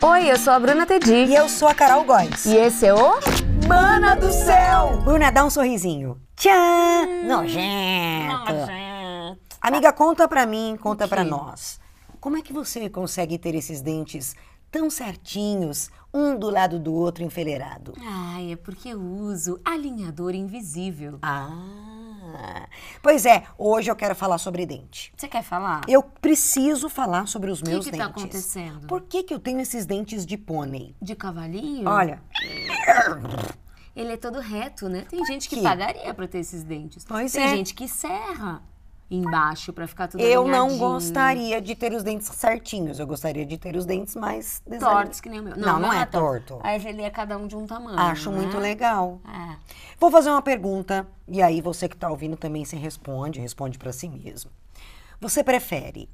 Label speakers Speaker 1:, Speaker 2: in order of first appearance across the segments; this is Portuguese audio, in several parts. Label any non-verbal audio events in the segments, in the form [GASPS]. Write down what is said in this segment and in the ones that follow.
Speaker 1: Oi, eu sou a Bruna Tedi.
Speaker 2: E eu sou a Carol Góes.
Speaker 1: E esse é o.
Speaker 2: Mana do céu! Bruna, dá um sorrisinho. Tchan!
Speaker 1: Hum.
Speaker 2: Nojento! Amiga, conta pra mim, conta pra nós. Como é que você consegue ter esses dentes tão certinhos, um do lado do outro, enfileirado?
Speaker 1: Ai, é porque eu uso alinhador invisível.
Speaker 2: Ah! Pois é, hoje eu quero falar sobre dente.
Speaker 1: Você quer falar?
Speaker 2: Eu preciso falar sobre os
Speaker 1: O
Speaker 2: meus
Speaker 1: que, que
Speaker 2: dentes.
Speaker 1: tá acontecendo?
Speaker 2: Por que, que eu tenho esses dentes de pônei?
Speaker 1: De cavalinho?
Speaker 2: Olha,
Speaker 1: Ele é todo reto, né? Tem gente que
Speaker 2: Que?
Speaker 1: pagaria pra ter esses dentes.
Speaker 2: Pois
Speaker 1: Tem
Speaker 2: é.
Speaker 1: gente que serra embaixo pra ficar tudo
Speaker 2: eu não
Speaker 1: alinhadinho.
Speaker 2: gostaria de ter os dentes certinhos. Eu gostaria de ter os dentes mais desalinhados.
Speaker 1: Tortos que nem o meu.
Speaker 2: Não, não é torto.
Speaker 1: Mas ele é cada um de um tamanho.
Speaker 2: Acho
Speaker 1: né?
Speaker 2: muito legal.
Speaker 1: É.
Speaker 2: Vou fazer uma pergunta e aí você que tá ouvindo também se responde, responde pra si mesmo. Você prefere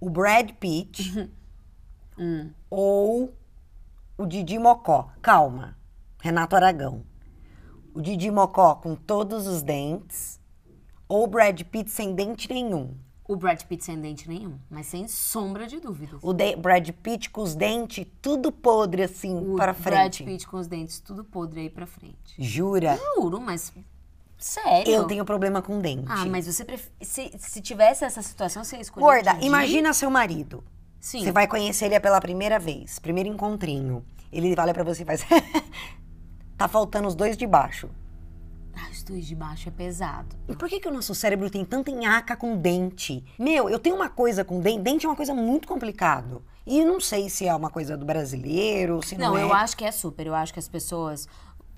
Speaker 2: o Brad
Speaker 1: Uhum.
Speaker 2: Pitt
Speaker 1: Hum.
Speaker 2: ou o Didi Mocó? Calma, Renato Aragão. O Didi Mocó com todos os dentes ou o Brad Pitt sem dente nenhum?
Speaker 1: O Brad Pitt sem dente nenhum, mas sem sombra de dúvidas.
Speaker 2: O de- Brad Pitt com os dentes tudo podre assim
Speaker 1: O
Speaker 2: para
Speaker 1: Brad
Speaker 2: frente.
Speaker 1: Pitt com os dentes tudo podre aí pra frente.
Speaker 2: Jura?
Speaker 1: Juro, mas sério.
Speaker 2: Eu tenho problema com dente.
Speaker 1: Ah, mas você pref... se, se tivesse essa situação, você ia escolher.
Speaker 2: Gorda,
Speaker 1: Didi?
Speaker 2: imagina seu marido.
Speaker 1: Sim.
Speaker 2: Você vai conhecer ele pela primeira vez, primeiro encontrinho. Ele olha pra você e faz. [LAUGHS] tá faltando os dois de baixo.
Speaker 1: Ah, os dois de baixo é pesado.
Speaker 2: E por que, que o nosso cérebro tem tanta nhaca com dente? Meu, eu tenho uma coisa com dente. Dente é uma coisa muito complicado. E eu não sei se é uma coisa do brasileiro, se não,
Speaker 1: Não,
Speaker 2: é.
Speaker 1: eu acho que é super. Eu acho que as pessoas,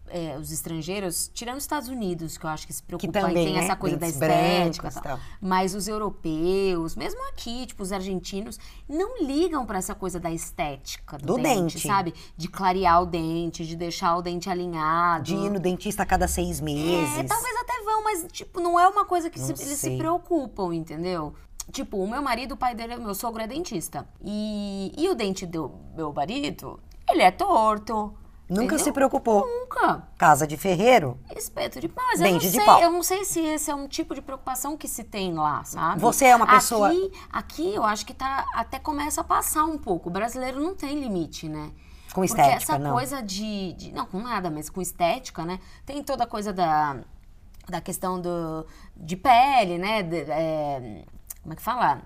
Speaker 1: é, os estrangeiros, tirando os Estados Unidos, que eu acho que se preocupa
Speaker 2: também,
Speaker 1: e tem
Speaker 2: né?
Speaker 1: essa coisa
Speaker 2: Dentes
Speaker 1: da estética.
Speaker 2: brancos
Speaker 1: e
Speaker 2: e
Speaker 1: Tal.
Speaker 2: tal.
Speaker 1: Mas os europeus, mesmo aqui, tipo, os argentinos, não ligam pra essa coisa da estética do,
Speaker 2: Do dente.
Speaker 1: sabe? De clarear o dente, de deixar o dente alinhado.
Speaker 2: De ir no dentista a cada seis meses.
Speaker 1: É, talvez até vão, mas, tipo, não é uma coisa que
Speaker 2: Não
Speaker 1: se- eles se
Speaker 2: sei.
Speaker 1: preocupam, entendeu? Tipo, o meu marido, o pai dele, é- meu sogro é dentista. E, e o dente do meu marido, ele é torto.
Speaker 2: Nunca
Speaker 1: entendeu?
Speaker 2: se preocupou.
Speaker 1: Nunca.
Speaker 2: Casa de ferreiro?
Speaker 1: Espeto de pau. Mas eu não,
Speaker 2: Dente de
Speaker 1: sei,
Speaker 2: pau.
Speaker 1: eu não sei se esse é um tipo de preocupação que se tem lá, sabe?
Speaker 2: Você é uma pessoa-
Speaker 1: Aqui, aqui eu acho que tá, até começa a passar um pouco. O brasileiro não tem limite, né?
Speaker 2: Com
Speaker 1: Porque
Speaker 2: estética,
Speaker 1: essa
Speaker 2: não.
Speaker 1: coisa de, de- Não, com nada, mas com estética, né? Tem toda a coisa da, da questão do, de pele, né? De- é, como é que fala?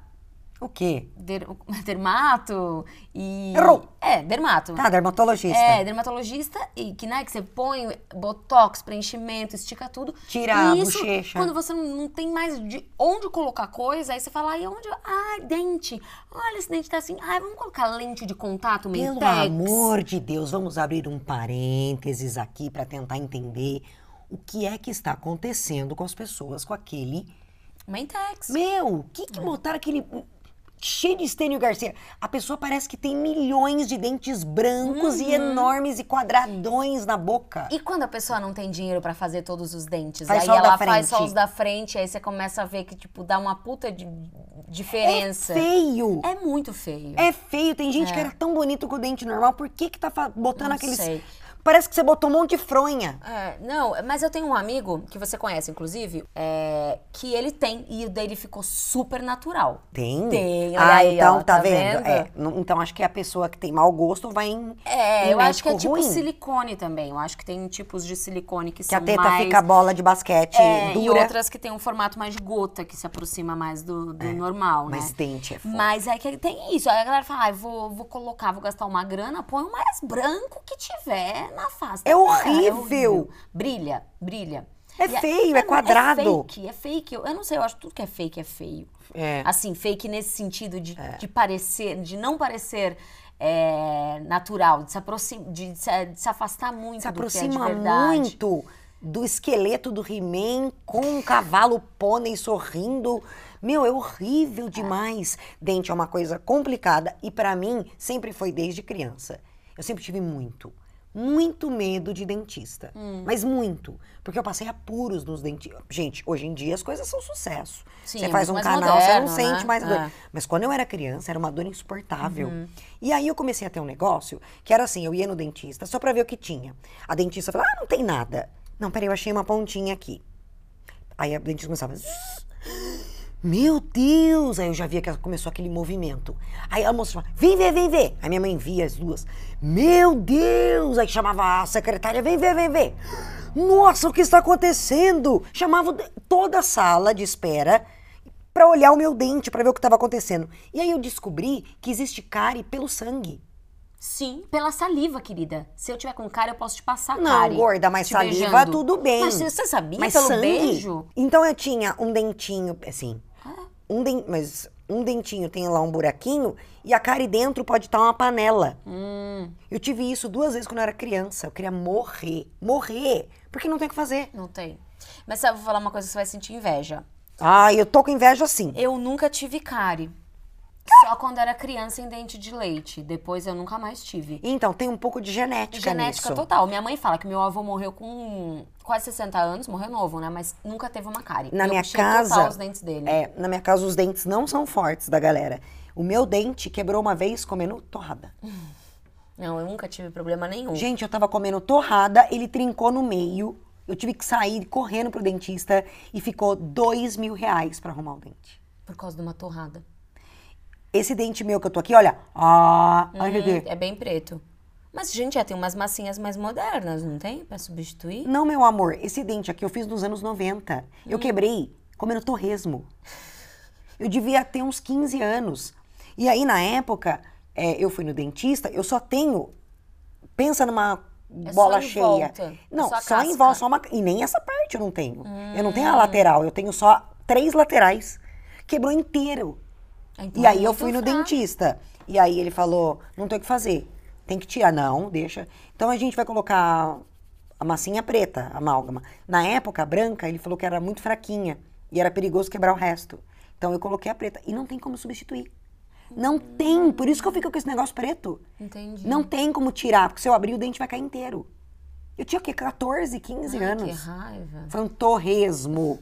Speaker 2: O quê?
Speaker 1: Der- [LAUGHS] dermato e.
Speaker 2: Errou.
Speaker 1: É, dermato.
Speaker 2: Tá, dermatologista.
Speaker 1: É, dermatologista, e que, né, que você põe botox, preenchimento, estica tudo.
Speaker 2: Tira
Speaker 1: E
Speaker 2: a
Speaker 1: isso,
Speaker 2: bochecha.
Speaker 1: Quando você não, não tem mais de onde colocar coisa, aí você fala, ai, onde? Ah, dente. Olha, esse dente tá assim. Ai, vamos colocar lente de contato, mentex.
Speaker 2: Pelo amor de Deus, vamos abrir um parênteses aqui para tentar entender o que é que está acontecendo com as pessoas com aquele.
Speaker 1: Mentex.
Speaker 2: Meu, o que, que botaram aquele. cheio de Estênio Garcia? A pessoa parece que tem milhões de dentes brancos e enormes e quadradões na boca.
Speaker 1: Uhum. E quando a pessoa não tem dinheiro pra fazer todos os dentes,
Speaker 2: Faz
Speaker 1: aí
Speaker 2: só o da
Speaker 1: ela faz
Speaker 2: frente.
Speaker 1: só os da frente, aí você começa a ver que, tipo, dá uma puta de diferença.
Speaker 2: É Feio!
Speaker 1: É muito feio.
Speaker 2: É feio, tem gente que era tão bonito com o dente normal, por que que tá fa- botando
Speaker 1: Não
Speaker 2: aqueles.
Speaker 1: sei.
Speaker 2: Parece que você botou um monte de fronha.
Speaker 1: É, não, mas eu tenho um amigo que você conhece, inclusive, é, que ele tem e o dele ficou super natural.
Speaker 2: Tem?
Speaker 1: Tem, olha
Speaker 2: Ah,
Speaker 1: aí,
Speaker 2: então
Speaker 1: ó,
Speaker 2: tá,
Speaker 1: tá
Speaker 2: vendo?
Speaker 1: vendo?
Speaker 2: É, não- então acho que a pessoa que tem mau gosto vai em.
Speaker 1: É,
Speaker 2: em
Speaker 1: eu acho que é
Speaker 2: médico
Speaker 1: tipo
Speaker 2: ruim,
Speaker 1: silicone também. Eu acho que tem tipos de silicone que,
Speaker 2: Que
Speaker 1: são
Speaker 2: a teta
Speaker 1: mais...
Speaker 2: fica bola de basquete
Speaker 1: é, e
Speaker 2: dura.
Speaker 1: outras que tem um formato mais de gota, que se aproxima mais do, do normal, né?
Speaker 2: Mas dente é foda.
Speaker 1: Mas é que tem isso. Aí a galera fala, ah, eu vou, vou colocar, vou gastar uma grana, põe o mais branco que tiver na face.
Speaker 2: É
Speaker 1: Cara,
Speaker 2: horrível.
Speaker 1: Brilha, brilha.
Speaker 2: É
Speaker 1: E a-
Speaker 2: feio, é quadrado.
Speaker 1: É fake, é fake. Eu, eu não sei, eu acho que tudo que é fake é feio.
Speaker 2: É.
Speaker 1: Assim, fake nesse sentido de, de parecer, de não parecer é, natural, de se, aproxim, de, se, de se afastar muito
Speaker 2: Se
Speaker 1: do que é
Speaker 2: aproxima
Speaker 1: de verdade.
Speaker 2: muito do esqueleto do He-Man com um cavalo pônei sorrindo. Meu, é horrível demais. Dente é uma coisa complicada e pra mim sempre foi desde criança. Eu sempre tive muito, muito medo de dentista.
Speaker 1: Hum.
Speaker 2: Mas muito, porque eu passei apuros nos dentistas. Gente, hoje em dia as coisas são sucesso.
Speaker 1: Sim, é
Speaker 2: você faz um
Speaker 1: muito mais
Speaker 2: canal, você não
Speaker 1: moderno,
Speaker 2: sente
Speaker 1: né?
Speaker 2: mais a dor.
Speaker 1: É. Uhum.
Speaker 2: Mas quando eu era criança, era uma dor insuportável. E aí eu comecei a ter um negócio que era assim: eu ia no dentista só pra ver o que tinha. A dentista falava: ah, não tem nada. Não, peraí, eu achei uma pontinha aqui. Aí a dentista começava. "Zzz". Meu Deus! Aí eu já via que ela começou aquele movimento. Aí a moça chamava, vem ver, vem ver. Aí minha mãe via as duas. Meu Deus! Aí chamava a secretária, vem ver, vem ver. Nossa, o que está acontecendo? Chamava toda a sala de espera para olhar o meu dente, para ver o que estava acontecendo. E aí eu descobri que existe cárie pelo sangue.
Speaker 1: Sim, pela saliva, querida. Se eu tiver com cara, eu posso te passar
Speaker 2: Não,
Speaker 1: cárie.
Speaker 2: gorda, mas
Speaker 1: te
Speaker 2: saliva,
Speaker 1: beijando.
Speaker 2: tudo bem.
Speaker 1: Mas você sabia pelo beijo?
Speaker 2: Então eu tinha um dentinho, assim, um den... mas um dentinho tem lá um buraquinho e a cárie dentro pode estar uma panela.
Speaker 1: Hum,
Speaker 2: Eu tive isso duas vezes quando eu era criança. Eu queria morrer, morrer, porque não tem o que fazer.
Speaker 1: não tem. Mas sabe, eu vou falar uma coisa que você vai sentir inveja. Ah.
Speaker 2: Ai, eu tô com inveja assim.
Speaker 1: Eu nunca tive cárie. Só quando era criança em dente de leite. Depois eu nunca mais tive.
Speaker 2: Então, tem um pouco de genética,
Speaker 1: Genética
Speaker 2: nisso.
Speaker 1: total. Minha mãe fala que meu avô morreu com quase 60 anos, morreu novo, né? Mas nunca teve uma cárie.
Speaker 2: Na
Speaker 1: eu
Speaker 2: minha
Speaker 1: puxei
Speaker 2: casa-
Speaker 1: total os dentes dele.
Speaker 2: É, na minha casa os dentes não são fortes da galera. O meu dente quebrou uma vez comendo torrada.
Speaker 1: Não, eu nunca tive problema nenhum.
Speaker 2: Gente, eu tava comendo torrada, ele trincou no meio. Eu tive que sair correndo pro dentista e ficou dois mil reais pra arrumar o dente.
Speaker 1: Por causa de uma torrada.
Speaker 2: Esse dente meu que eu tô aqui, olha. Ah, ai,
Speaker 1: Hum,
Speaker 2: bebê.
Speaker 1: é bem preto. Mas, gente, já tem umas massinhas mais modernas, não tem? Pra substituir?
Speaker 2: Não, meu amor, esse dente aqui eu fiz nos anos 90. Eu
Speaker 1: Hum.
Speaker 2: quebrei comendo torresmo. Eu devia ter uns 15 anos. E aí, na época, é, eu fui no dentista, eu só tenho. Pensa numa
Speaker 1: É só
Speaker 2: bola
Speaker 1: em
Speaker 2: cheia.
Speaker 1: volta,
Speaker 2: Não,
Speaker 1: só
Speaker 2: só,
Speaker 1: a
Speaker 2: em
Speaker 1: casca. Hum.
Speaker 2: volta, só uma. E nem essa parte eu não tenho. Eu não tenho a lateral, eu tenho só três laterais. Quebrou inteiro.
Speaker 1: Então,
Speaker 2: E aí
Speaker 1: é
Speaker 2: eu
Speaker 1: muito
Speaker 2: fui no
Speaker 1: fraco.
Speaker 2: dentista. E aí ele falou: não tem o que fazer. Tem que tirar. Não, deixa. Então a gente vai colocar a massinha preta, a amálgama. Na época, a branca, ele falou que era muito fraquinha e era perigoso quebrar o resto. Então eu coloquei a preta. E não tem como substituir. Não tem. Por isso que eu fico com esse negócio preto.
Speaker 1: Entendi.
Speaker 2: Não tem como tirar, porque se eu abrir o dente vai cair inteiro. Eu tinha o quê? 14, 15
Speaker 1: Ai, Que
Speaker 2: anos.
Speaker 1: raiva.
Speaker 2: Foi um torresmo.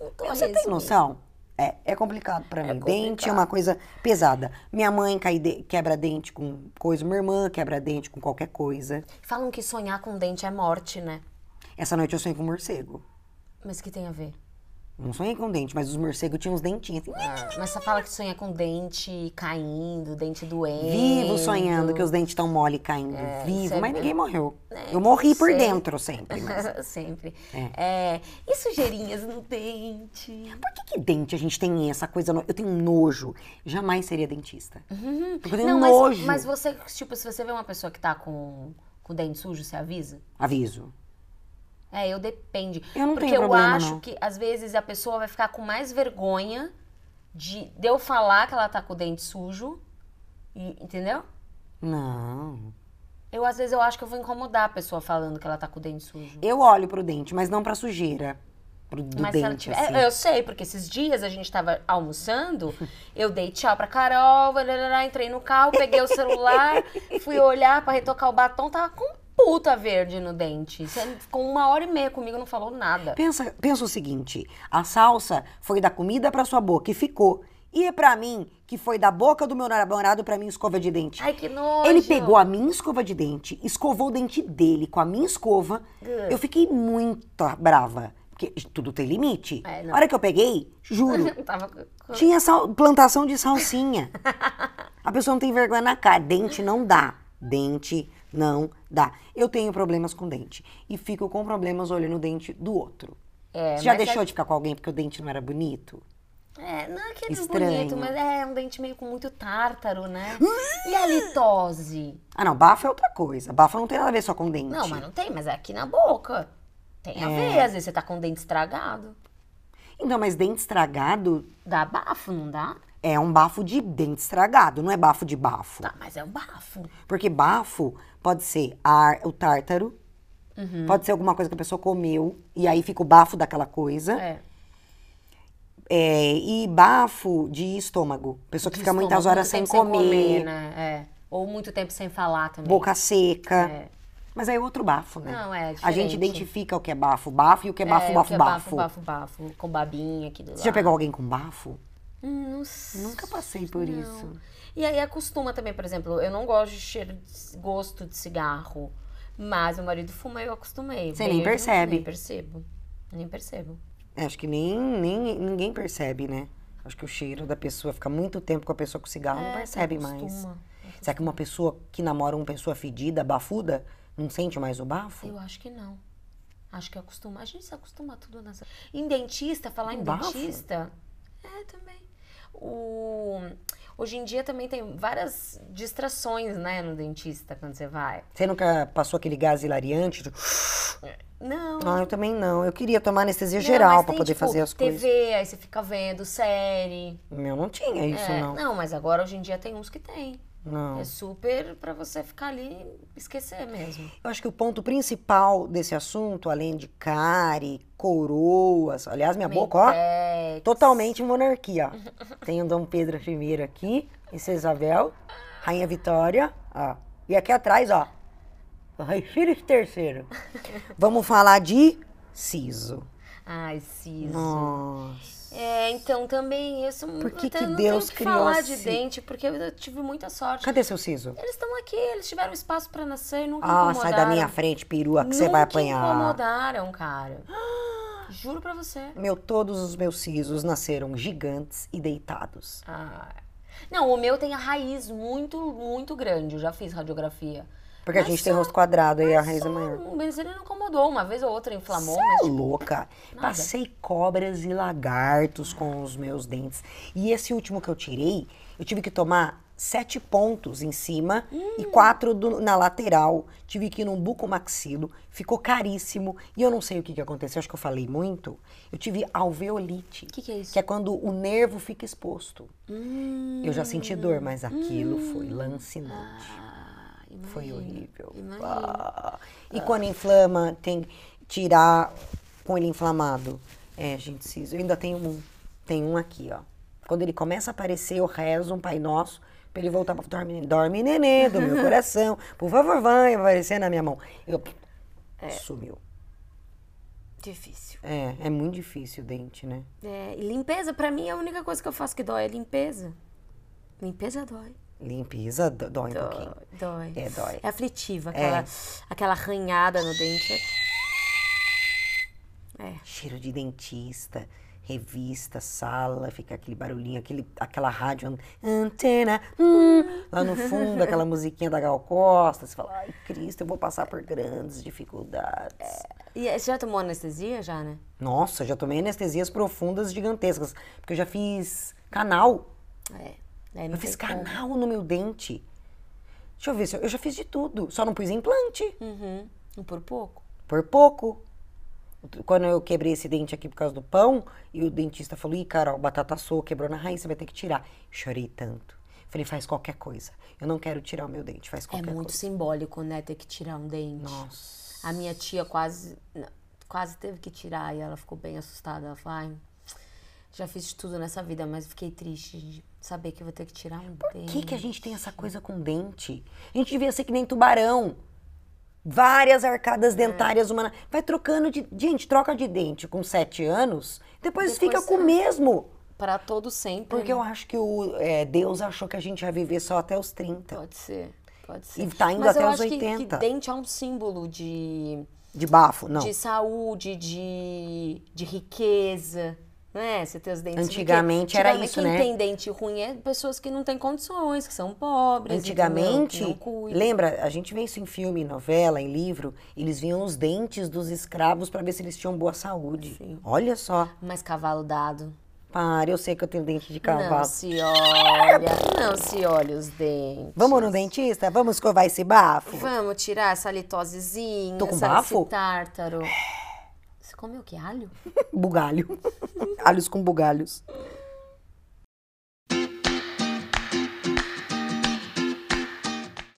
Speaker 1: Eu tô
Speaker 2: Você tem
Speaker 1: arrasando.
Speaker 2: noção? É, é complicado pra mim. Dente é
Speaker 1: complicado.
Speaker 2: uma coisa pesada. Minha mãe cai de- quebra dente com coisa, minha irmã quebra dente com qualquer coisa.
Speaker 1: Falam que sonhar com dente é morte, né?
Speaker 2: Essa noite eu sonhei com um morcego.
Speaker 1: Mas que tem a ver?
Speaker 2: Não sonhei com dente, mas os morcegos tinham uns dentinhos assim,
Speaker 1: Ah, mas você fala que sonha com dente caindo, dente doendo.
Speaker 2: vivo sonhando que os dentes estão mole caindo.
Speaker 1: isso
Speaker 2: vivo,
Speaker 1: é
Speaker 2: mas ninguém morreu.
Speaker 1: É,
Speaker 2: eu morri por
Speaker 1: sei.
Speaker 2: dentro
Speaker 1: [LAUGHS]
Speaker 2: sempre. Mas...
Speaker 1: [LAUGHS] Sempre. É. E sujeirinhas no dente?
Speaker 2: Por que, que dente a gente tem essa coisa? no- Eu tenho um nojo. Jamais seria dentista. Porque eu tenho
Speaker 1: Uhum. Não,
Speaker 2: um
Speaker 1: mas,
Speaker 2: nojo.
Speaker 1: mas você, tipo, se você vê uma pessoa que tá com, com dente sujo, você avisa?
Speaker 2: Aviso.
Speaker 1: É, eu depende.
Speaker 2: Eu não
Speaker 1: Porque
Speaker 2: tenho
Speaker 1: eu
Speaker 2: problema,
Speaker 1: acho
Speaker 2: não.
Speaker 1: que às vezes a pessoa vai ficar com mais vergonha de, de eu falar que ela tá com o dente sujo. e- entendeu?
Speaker 2: Não.
Speaker 1: Eu às vezes eu acho que eu vou incomodar a pessoa falando que ela tá com o dente sujo.
Speaker 2: Eu olho pro dente, mas não pra sujeira. Pro, do
Speaker 1: Mas se ela
Speaker 2: dente,
Speaker 1: tiver.
Speaker 2: assim.
Speaker 1: É, Eu sei, porque esses dias a gente tava
Speaker 2: [LAUGHS]
Speaker 1: almoçando, eu dei tchau pra Carol, lalalá, entrei no carro, peguei o
Speaker 2: [LAUGHS]
Speaker 1: celular, fui olhar pra retocar o batom, tava com puta verde no dente. Você ficou uma hora e meia comigo, não falou nada.
Speaker 2: Pensa, pensa o seguinte, a salsa foi da comida pra sua boca e ficou. E é pra mim, que foi da boca do meu namorado pra minha escova de dente.
Speaker 1: Ai, que nojo.
Speaker 2: Ele pegou a minha escova de dente, escovou o dente dele com a minha escova. Eu fiquei muito brava, porque tudo tem limite.
Speaker 1: É, não.
Speaker 2: a hora que eu peguei, juro,
Speaker 1: [LAUGHS] Tava com-
Speaker 2: tinha sal- plantação
Speaker 1: [LAUGHS]
Speaker 2: de salsinha. A pessoa não tem vergonha na cara. Dente não dá. Dente não dá. Eu tenho problemas com dente. E fico com problemas olhando o dente do outro.
Speaker 1: É,
Speaker 2: Você já
Speaker 1: mas
Speaker 2: deixou de ficar com alguém porque o dente não era bonito?
Speaker 1: É, não é aquele
Speaker 2: Estranho.
Speaker 1: bonito, mas é um dente meio com muito tártaro, né? e a litose?
Speaker 2: Ah, não. Bafo é outra coisa. Bafo não tem nada a ver só com dente.
Speaker 1: Não, mas não tem, mas é aqui na boca. Tem
Speaker 2: É.
Speaker 1: a ver, às vezes você tá com o dente estragado.
Speaker 2: Então, mas dente estragado
Speaker 1: Dá bafo, não dá?
Speaker 2: é um bafo de dente estragado, não é bafo de bafo.
Speaker 1: Tá, mas é um bafo.
Speaker 2: Porque bafo pode ser ar, o tártaro,
Speaker 1: Uhum.
Speaker 2: pode ser alguma coisa que a pessoa comeu e aí fica o bafo daquela coisa.
Speaker 1: É.
Speaker 2: É, e bafo de estômago. Pessoa que fica muitas
Speaker 1: Estômago,
Speaker 2: horas
Speaker 1: muito
Speaker 2: sem
Speaker 1: tempo
Speaker 2: comer,
Speaker 1: né? É. Ou muito tempo sem falar também.
Speaker 2: boca seca.
Speaker 1: É.
Speaker 2: Mas aí é outro bafo, né?
Speaker 1: Não, é
Speaker 2: A gente
Speaker 1: diferente.
Speaker 2: identifica o que é bafo, bafo e o que é
Speaker 1: É,
Speaker 2: bafo,
Speaker 1: o
Speaker 2: bafo,
Speaker 1: que é
Speaker 2: bafo.
Speaker 1: bafo, bafo. Com babinha aqui do lado.
Speaker 2: Você já pegou alguém com bafo?
Speaker 1: Hum, não sei.
Speaker 2: Nunca passei por
Speaker 1: Não.
Speaker 2: isso.
Speaker 1: E aí acostuma também, por exemplo, eu não gosto de cheiro de ci- gosto de cigarro, mas meu marido fuma e eu acostumei.
Speaker 2: Você
Speaker 1: Bem,
Speaker 2: nem
Speaker 1: eu não-
Speaker 2: percebe.
Speaker 1: Nem percebo. Nem percebo.
Speaker 2: É, acho que nem, nem ninguém percebe, né? Acho que o cheiro da pessoa fica muito tempo com a pessoa com cigarro, não
Speaker 1: É,
Speaker 2: percebe
Speaker 1: acostuma.
Speaker 2: mais. Será que uma pessoa que namora uma pessoa fedida, bafuda, não sente mais o bafo?
Speaker 1: Eu acho que não. Acho que acostuma. A gente se acostuma a tudo nessa. Em dentista, falar em
Speaker 2: Um bafo.
Speaker 1: dentista. É, também. O... Hoje em dia também tem várias distrações, né, no dentista quando você vai.
Speaker 2: Você nunca passou aquele gás hilariante? do-
Speaker 1: Não.
Speaker 2: Ah, eu também não. Eu queria tomar anestesia
Speaker 1: não,
Speaker 2: geral
Speaker 1: mas
Speaker 2: pra
Speaker 1: tem,
Speaker 2: poder
Speaker 1: tipo,
Speaker 2: fazer as
Speaker 1: TV,
Speaker 2: coisas.
Speaker 1: aí você fica vendo série.
Speaker 2: Meu, não tinha isso,
Speaker 1: É,
Speaker 2: não.
Speaker 1: mas agora hoje em dia tem uns que tem.
Speaker 2: Não.
Speaker 1: É super pra você ficar ali e esquecer mesmo.
Speaker 2: Eu acho que o ponto principal desse assunto, além de cárie, coroas, aliás, minha boca, ó,
Speaker 1: Mentex.
Speaker 2: totalmente monarquia. ó. Tem o Dom Pedro I aqui, Princesa Isabel, Rainha Vitória, ó. E aqui atrás, ó, o Rei Filipe III.
Speaker 1: [LAUGHS]
Speaker 2: Vamos falar de siso.
Speaker 1: Ai, Cis.
Speaker 2: Nossa.
Speaker 1: É, então também eu sou
Speaker 2: Por que
Speaker 1: até
Speaker 2: que
Speaker 1: não
Speaker 2: Deus
Speaker 1: tenho que
Speaker 2: criou
Speaker 1: falar de
Speaker 2: assim?
Speaker 1: dente, porque eu tive muita sorte.
Speaker 2: Cadê seu siso?
Speaker 1: Eles estão aqui, eles tiveram espaço pra nascer e nunca
Speaker 2: Ah,
Speaker 1: incomodaram.
Speaker 2: sai da minha frente, perua, que você vai
Speaker 1: Nunca
Speaker 2: apanhar.
Speaker 1: incomodaram,
Speaker 2: [GASPS]
Speaker 1: cara. Juro pra você.
Speaker 2: Meu, todos os meus sisos nasceram gigantes e deitados.
Speaker 1: Ah. Não, o meu tem a raiz muito, muito grande. Eu já fiz radiografia. um,
Speaker 2: Porque a gente tem rosto quadrado e a raiz é maior.
Speaker 1: Mas ele não incomodou. Uma vez ou outra inflamou,
Speaker 2: Você
Speaker 1: mas
Speaker 2: é louca.
Speaker 1: nada.
Speaker 2: Passei cobras e lagartos com os meus dentes. E esse último que eu tirei, eu tive que tomar sete pontos em cima e quatro do- na lateral. Tive que ir num bucomaxilo. Ficou caríssimo. E eu não sei o que, que aconteceu, acho que eu falei muito. Eu tive alveolite,
Speaker 1: o que, que é isso?
Speaker 2: que é quando o nervo fica exposto.
Speaker 1: Hum.
Speaker 2: Eu já senti dor, mas aquilo foi lancinante.
Speaker 1: Ah,
Speaker 2: Foi
Speaker 1: imagino,
Speaker 2: horrível.
Speaker 1: Imagino.
Speaker 2: Ah. E quando inflama, tem que tirar com ele inflamado. É, gente, siso. Eu ainda tenho um. Tem um aqui, ó. Quando ele começa a aparecer, eu rezo um Pai Nosso pra ele voltar pra dorme, dorme nenê
Speaker 1: [LAUGHS]
Speaker 2: do meu coração. Por favor, vai aparecer na minha mão. Eu...
Speaker 1: É.
Speaker 2: Sumiu.
Speaker 1: Difícil.
Speaker 2: É, é muito difícil o dente, né?
Speaker 1: É, e limpeza, pra mim, a única coisa que eu faço que dói é limpeza. Limpeza dói.
Speaker 2: Limpeza dó- dói um pouquinho.
Speaker 1: Dói. Dói.
Speaker 2: É, dói.
Speaker 1: É aflitiva, aquela, aquela arranhada no dente. É.
Speaker 2: Cheiro de dentista, revista, sala, fica aquele barulhinho, aquele, aquela rádio, an- antena, hum, lá no fundo,
Speaker 1: [LAUGHS]
Speaker 2: aquela musiquinha da Gal Costa. Você fala, ai, Cristo, eu vou passar por grandes dificuldades.
Speaker 1: E é, você já tomou anestesia, já, né?
Speaker 2: Nossa, já tomei anestesias profundas gigantescas, porque eu já fiz canal.
Speaker 1: É. É, não
Speaker 2: Eu fiz
Speaker 1: tem como.
Speaker 2: canal no meu dente. Deixa eu ver, se eu eu já fiz de tudo, só não pus implante.
Speaker 1: Uhum. Não Por pouco.
Speaker 2: Por pouco. Quando eu quebrei esse dente aqui por causa do pão, e o dentista falou: Ih, Carol, batata assou, quebrou na raiz, você vai ter que tirar. Chorei tanto. Falei: faz qualquer coisa. Eu não quero tirar o meu dente, faz
Speaker 1: É
Speaker 2: qualquer
Speaker 1: muito simbólico, né? Ter que tirar um dente.
Speaker 2: coisa. Nossa.
Speaker 1: A minha tia quase, n- quase teve que tirar e ela ficou bem assustada. Ela falou, ai, já fiz de tudo nessa vida, mas fiquei triste de saber que eu vou ter que tirar um Por
Speaker 2: Por que, que a gente tem essa coisa com dente? A gente devia ser que nem tubarão. Várias arcadas
Speaker 1: É.
Speaker 2: dentárias humanas. Vai trocando de. Gente, troca de dente com sete anos, depois,
Speaker 1: Depois
Speaker 2: fica com o mesmo.
Speaker 1: Pra todo sempre. né?
Speaker 2: Porque eu acho que o, é, Deus achou que a gente ia viver só até os 30.
Speaker 1: Pode ser, pode ser.
Speaker 2: E tá indo
Speaker 1: Mas
Speaker 2: até
Speaker 1: eu
Speaker 2: os
Speaker 1: acho que- que
Speaker 2: 80.
Speaker 1: dente é um símbolo de,
Speaker 2: De bafo, não.
Speaker 1: de saúde, de, de riqueza, não é? Você ter os dentes riqueza.
Speaker 2: Antigamente era
Speaker 1: Antigamente,
Speaker 2: isso,
Speaker 1: quem
Speaker 2: né?
Speaker 1: tem dente ruim é pessoas que não têm condições, que são pobres, entendeu?
Speaker 2: Antigamente,
Speaker 1: Que então, não cuidam.
Speaker 2: lembra, a gente vê isso em filme, em novela, em livro, eles viam os dentes dos escravos pra ver se eles tinham boa saúde. Olha só.
Speaker 1: Mas cavalo dado.
Speaker 2: Para, eu sei que eu tenho dente de
Speaker 1: Não
Speaker 2: cavalo.
Speaker 1: se olha, não se olha os dentes.
Speaker 2: Vamos no dentista? Vamos escovar
Speaker 1: [LAUGHS]
Speaker 2: esse bafo?
Speaker 1: Vamos tirar essa litosezinha,
Speaker 2: Tô com
Speaker 1: essa-
Speaker 2: bafo?
Speaker 1: esse tártaro. Você comeu que alho?
Speaker 2: [LAUGHS] Bugalho. Alhos com bugalhos.